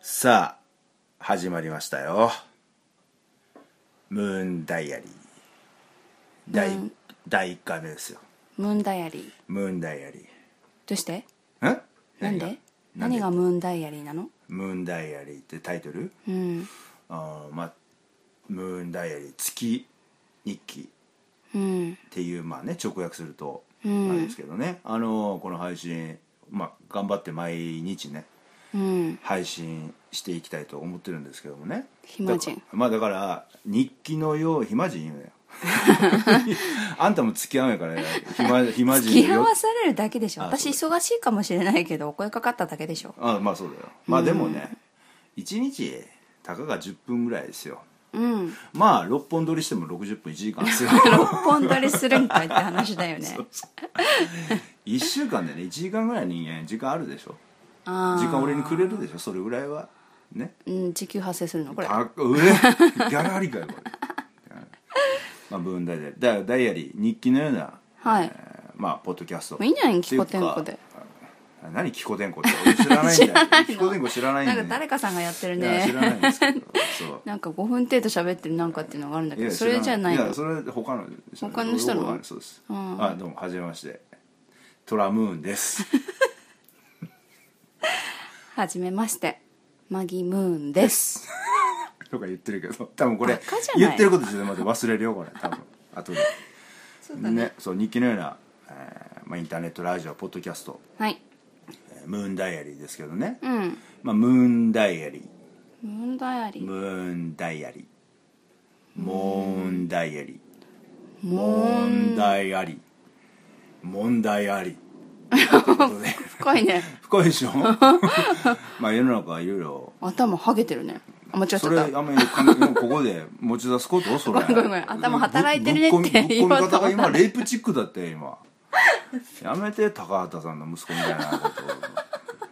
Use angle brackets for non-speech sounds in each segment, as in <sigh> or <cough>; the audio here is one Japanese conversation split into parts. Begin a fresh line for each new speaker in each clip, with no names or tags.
さあ始まりましたよムーンダイアリー第,、
ムーン
第1回目ですよ
ムーンダイアリー
ムーンダイアリ
どうして
ーん
なんで何がムーンダイアリーなの
ムーンダイアリーってタイトル
うん
あーまあムーンダイアリー月日記
うん
っていうまあね直訳するとあ
うん
れですけどね、あのーこの配信まあ頑張って毎日ね
うん
配信していきたいと思ってるんですけどもね
暇人
だからまあだから日記のよう暇人言う
<laughs>
なよあんたも付き合うんやから
<laughs>
暇暇人
付き合
よ
わされるだけでしょ
あ
私忙しいかもしれないけどお声かかっただけでしょ
あまあそうだよまあでもね、一日たかが10分ぐらいですよ
うん
まあ6本撮りしても60分1時間ですよ
六本取りするんかいって話だ
<laughs>
よね
1週間でね1時間ぐらい人間時間あるでしょ
あ
時間俺にくれ
る
るでしょそれぐらいはね
うん時給発生するのこれ
た上ギャラリーかよこれ <laughs> まあ文題でだダイアリー日記のような、
はい
えーまあポッドキャスト
もういいんじゃないキコテンコで
あ何キコテンコって俺知らない
<laughs>
んだよキコテンコ知らないん
な
だよ
んか誰かさんがやってる
いや知ら
ね
ないんですけどそう
<laughs> なんか5分程度喋ってるなんかっていうのがあるんだけど <laughs> それじゃない
いや
の
知らないいやそれ他の
他の人の
僕はそうです、
うん
あどうもはじめましてトラムーンです
はじめましてマギムーンです
とか言ってるけど多分これ
バカじゃない
言ってることちょっとまた忘れるよこれ多分後で
そう
ねそう日記のような、えーまあ、インターネットラジオポッドキャスト、
はい
えームーンダイアリーですけどね、
うん
まあ、ムーンダイアリ
ムーンダイアリ
ーム
ー
ーンダイアリーモーンダイアリーモ
も
ーンダイアリーモンダイアリーということで
う深いね
深いでしょ
<laughs>
まあ世の中いろいろ
頭ハゲてるねあ間違っちゃった
それあんまり関係ここで持ち出すことそれ
ごめんごめんごめん頭働いてるねって
ぶぶっこみぶっこみ方が
言おうと思
今レイプチックだって今やめて高畑さんの息子みたいなこと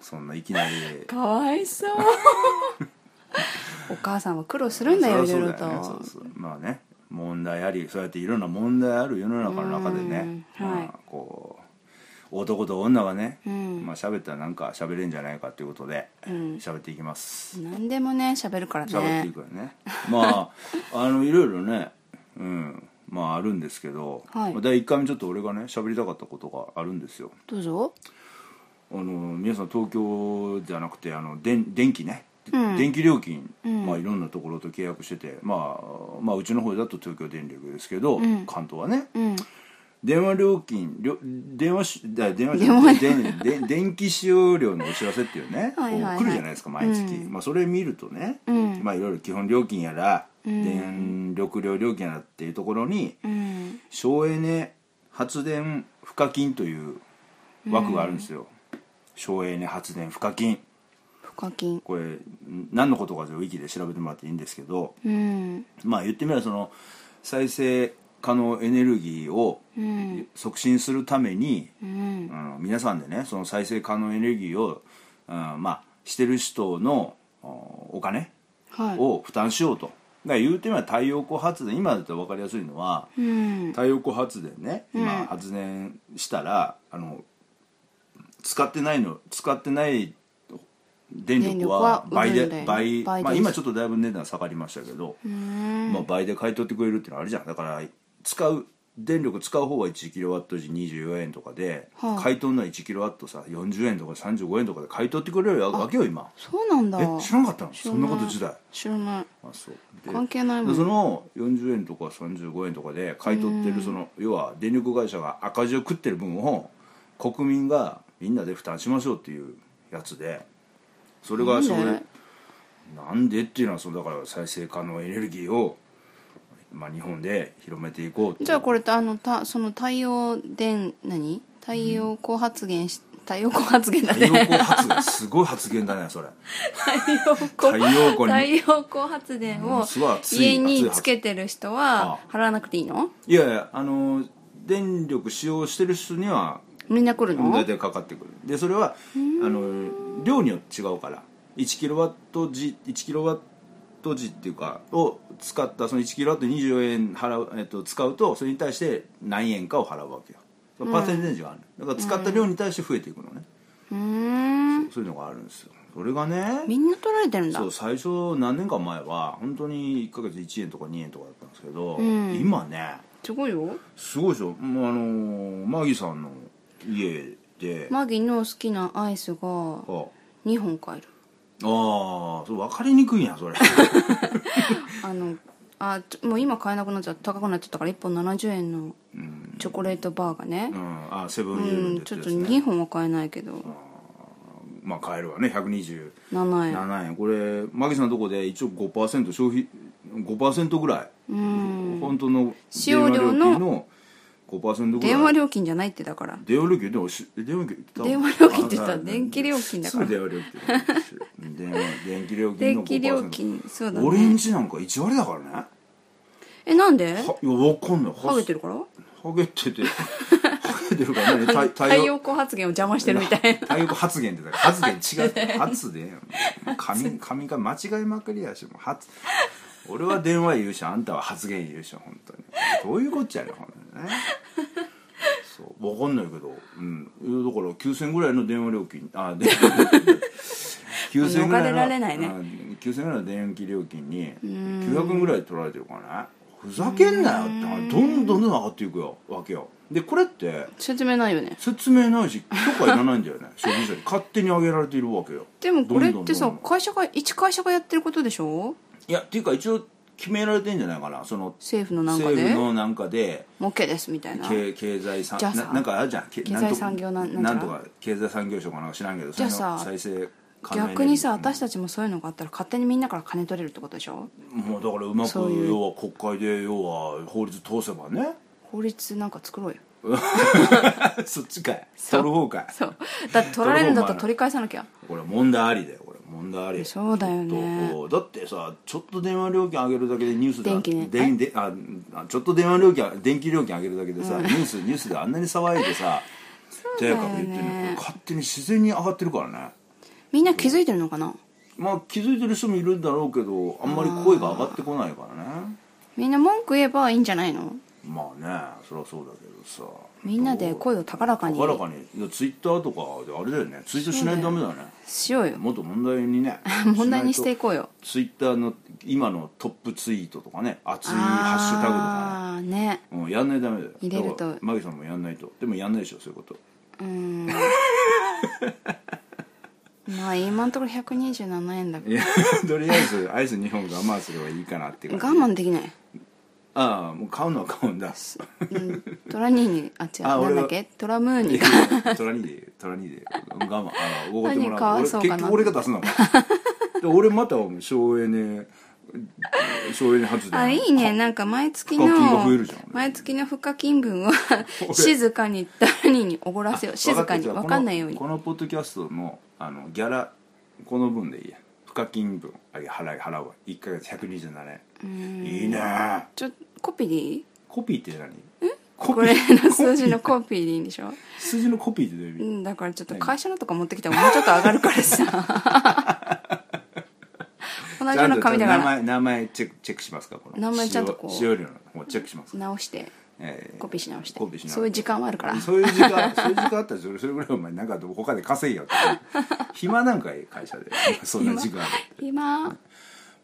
そんないきなり
かわいそう <laughs> お母さんは苦労するんだよい
そ
ろい
り
ろ
ゃそうだよねそ
と
うそうまあね問題ありそうやっていろんな問題ある世の中の中でね、
うんはい
まあこう男と女がね、
うん
まあ喋ったらなんか喋れんじゃないかということで
うん
喋、っていきます
何でもね喋るから
喋ってい
ね
くよねまあ <laughs> あのいろいろねうんまああるんですけど、
はい
まあ第1回目ちょっと俺がね喋りたかったことがあるんですよ
どうぞ
あの皆さん東京じゃなくてあの電電気ね、
うん
電気料金、
うん
まあ、いろんなところと契約してて、まあ、まあうちの方だと東京電力ですけど、
ん
関東はね
うん
電話料金りょ電話しだ電話じゃ
電
な
話
い電電電気使用量のお知らせっていうね
はいはいはい
こう来るじゃないですか毎月、
うん
まあ、それ見るとね、
うん
まあ、いろいろ基本料金やら、
うん
電力料料金やらっていうところに
うん
省エネ発電賦課金という枠があるんですよ、省エネ発電賦課金
賦課金
これん何のことかでウィキで調べてもらっていいんですけど
うん
まあ言ってみればその再生可能エネルギーを
うん
促進するために、
うん
あの皆さんでねその再生可能エネルギーを、うんまあ、してる人のおお金
はい
を負担しようと、だから言うてみれば太陽光発電今だと分かりやすいのは
うん
太陽光発電ね今
うん
発電したら、あの使ってないの使ってない電
電
力
力
は
は
倍で
売るんだよね
倍
倍
まあ、
です
今ちょっとだいぶ値段下がりましたけど、
うん
まあ、倍で買い取ってくれるっていうのはあるじゃんだから使う電力使う方は 1kW 時24円とかで、
はあ
買い取るのは 1kW さ40円とか35円とかで買い取ってくれるわけよ今
そうなんだ
え知らなかったの
知ら
そ
ない
んなこと時代
知らない
あそうで
関係ないもん
でその40円とか35円とかで買い取ってるその要は電力会社が赤字を食ってる分を国民がみんなで負担しましょうっていうやつでそれがそれ
なん
な
で
んでっていうのはそのだから再生可能エネルギーを、まあ、日本で広めていこうって
じゃあこれあのたその太陽電何太陽光発電し、太陽光発電だ
太陽
ね
光発電すごい発言だねそれ
太陽
太
光
陽光
太
に
陽光発電
もの
を
すごい熱い
家につけてる人は
熱
払わなくていいの
いやいやあの電力使用してる人には
みんな来るの
大体かかってくるでそれはあの量によって違うから1キロワット時1キロワット時っていうかを使ったその1キロワット24円払う、えっと、使うとそれに対して何円かを払うわけよパーセンテージがある、だから使った量に対して増えていくのね、
うーん
そういうのがあるんですよそれがね
みんな取られてるんだ
そう最初何年か前は本当に1ヶ月1円とか2円とかだったんですけど、
ん
今ね
すごいよ
すごいでしょもうあのーマギさんの家で、
マギの好きなアイスが
あ
2本買える
ああそう分かりにくいやん
<laughs>
それ
あのあちょもう今買えなくなっちゃった高くなっちゃったから1本70円のチョコレートバーがね
うんあセブン
う
イレブン
ん
で
ちょっ
で
と
す
2
ね
本は買えないけど
まあ買えるわね127
7円
円これマギさんのとこで一応5%消費5%ぐらい本当の
使用料の
電話料金の5%ぐらい
電話料金じゃないってだから
電話料金でもし電話料金
電話料金って言ったら電気料金だから
すぐ電話料
<laughs>
金電話電気料金の5%
電気料金そうだ
俺ん
ね
ちなんか1割だからねは
えなんで
いやわかんない
ハゲてるから
ハゲててハゲてるからね太
太陽光発言を邪魔してるみたい
太陽光発言ってだから発言違う発で髪髪が間違いまくりやしもう発俺は電話言うしあんたは発言言うし本当にどういうこっちゃねほんとねそう分かんないけど、うん、だから9000ぐらいの電話料金あ
<laughs>
電9000ぐらいの
逃れられないね
うん9000ぐらいの電気料金に900円ぐらい取られてるからねふざけんなよって話どんどんどんどん上がっていくよわけよでこれって
説明ないよね
説明ないし許可いらないんだよ
<laughs>
ね消費者に勝手にあげられているわけよ
でもこれって
ど
さ
んどんどんどん
会社が一会社がやってることでしょ
いやっていうか一応決められてんじゃないかなその
政府のなんか
政
で
府のなんかで
儲けですみたいな
経経済産
じゃあさ
ななんかあるじゃん経
経済産業なん
な
なんん
と
と
か
か
経済産業省かなんか知らんけど
じゃあさ
それの再生可能エネルギー
逆にさ私たちもそういうのがあったら勝手にみんなから金取れるってことでしょ
もうだからうまく
そういう
要は国会で要は法律通せばね
法律なんか作ろうよ
そっちかい
<laughs> そう
取る方かい
そうだって取られるんだったら取り返さなきゃ
これ問題ありだよこれ問題あり
<laughs> そうだよね
ちょっとだってさちょっと電話料金上げるだけでニュースで
電気ね
ででああちょっと電話料金電気料金上げるだけでさ、ニュースニュースであんなに騒いで
<laughs>
さ
うだ
低
よね
価格言ってるのこれ勝手に自然に上がってるからね
みんな気づいてるのかな
まあ気づいてる人もいるんだろうけどあんまり声が上がってこないからね
みんな文句言えばいいんじゃないの
まあねそりゃそうだけどさ
みんなで声を高らかに
高らかにいやツイッターとかであれだよねツイートしないとダメだね
しようよ
もっと問題にね
<laughs> 問題にして
ないと
こうよ
ツイッターの今のトップツイートとかね熱いハッシュタグとか
ああね
ね、うん、やんないとダメだよ
入れると
だからマギさんもやんないとでもやんないでしょそういうこと <laughs>
うーんまあ今のところ127円だけ
いやとりあえずアイス2本我慢すればいいかなってい
ど
う
我
感じ
慢できない
ああもう買うのは買
<laughs>
うんだ
うんトラニーニあ違う
あ
な
俺は
んだっけトラムーニ
い
か
やトラニーでトラニーで我慢あのおごっても
何
らう
か
俺
そう
結
かな
局俺が出すのかで俺また省エネ省エネ発電
あいいねなんか毎月の
課金が増えるじゃん
毎月の賦課金分は静かにダーニーにおご
<laughs>
らせよう静かに
分
分かんないように
このこのポッドキャストのあのギャラこの分でいいや賦課金分あいや払い払うわ1ヶ月127円いいね
ちょコピーでいい
コピーって何コ
こ
ピー
れの数字のコピーでいいんでしょ
数字のコピーってどういう意味
うんだからちょっと会社のとか持ってきたらもうちょっと上がるから
<laughs>
さ同じような紙だ
名
から
前名前チェックチェックしますかこの
名前ちゃんとこう
使用使用量の方チェックしますか、
直して
えー
コピーし直して
コピーし直して
そういう時間はあるから
そういう時間そういう時間あったらそれそれぐらいお前なんか他で稼い
<laughs>
よって暇なんかい会社でそんな時間あるって
今は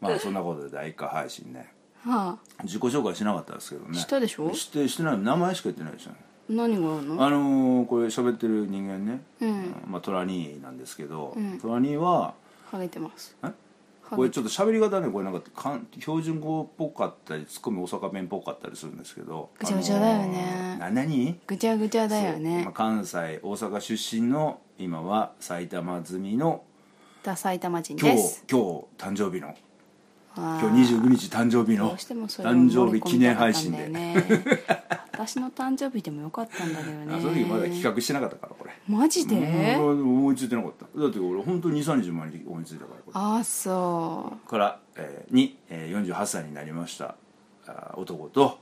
まあそんなことで第一回配信ね
あ
自己紹介しなかったですけどね
したでしょ
してしてない名前しか言ってないでしょ
何があるの
あのーこれ喋ってる人間ね、
うん
まあ、トラニーなんですけど、
ん
トラニーは
ハゲてます
え
ハ
こ
ゲ
れ
て
ちょっと喋り方ねこれなんかかん標準語っぽかったりツッコミ大阪弁っぽかったりするんですけど
ぐちゃぐちゃだよね
あのーな何
ぐちゃぐちゃだよ
そう
ね
まあ、関西大阪出身の今は埼玉住みの
だ埼玉人
今
で
日
す
今日誕生日の
今
今日29日誕生日
ど
の
うしてもそれを盛り込みたかったんだ
誕生日
よ
記念
ね <laughs> 私の誕生日でもよかったんだけど
あその時まだ
ね
企画してなかったからこれ
マジで
うん思いついてなかっただって俺本当に23日前に思いついたからこれ
ああそ
から、えー、に、えー、48歳になりましたあー男と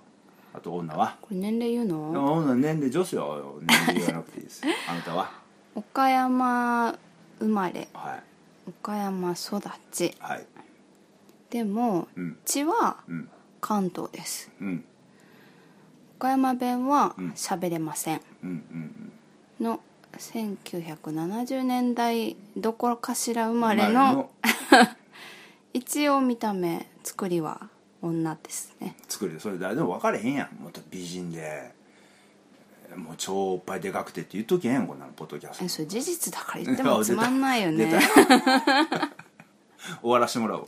あと女は
うこれ年齢言う
あ
の
女年齢女子は年齢言わなくていいです
<laughs>
あなたは
岡山生まれ
はい
岡山育ち
はい
でも
うん
血は
うん
関東です
うん
岡山弁は喋れません
うんうん
の1970年代どこかしら生ま
あ
れの一応見た目作りは女ですね
作るそれ誰でも分かれへんやんもっと美人でもう超おっぱいでかくてって言っときゃええやんこんなのポッドキャ
え
ス <laughs>
それ事実だから
ト
言ってもつまんないよね <laughs>
出た終わらしてもらうわ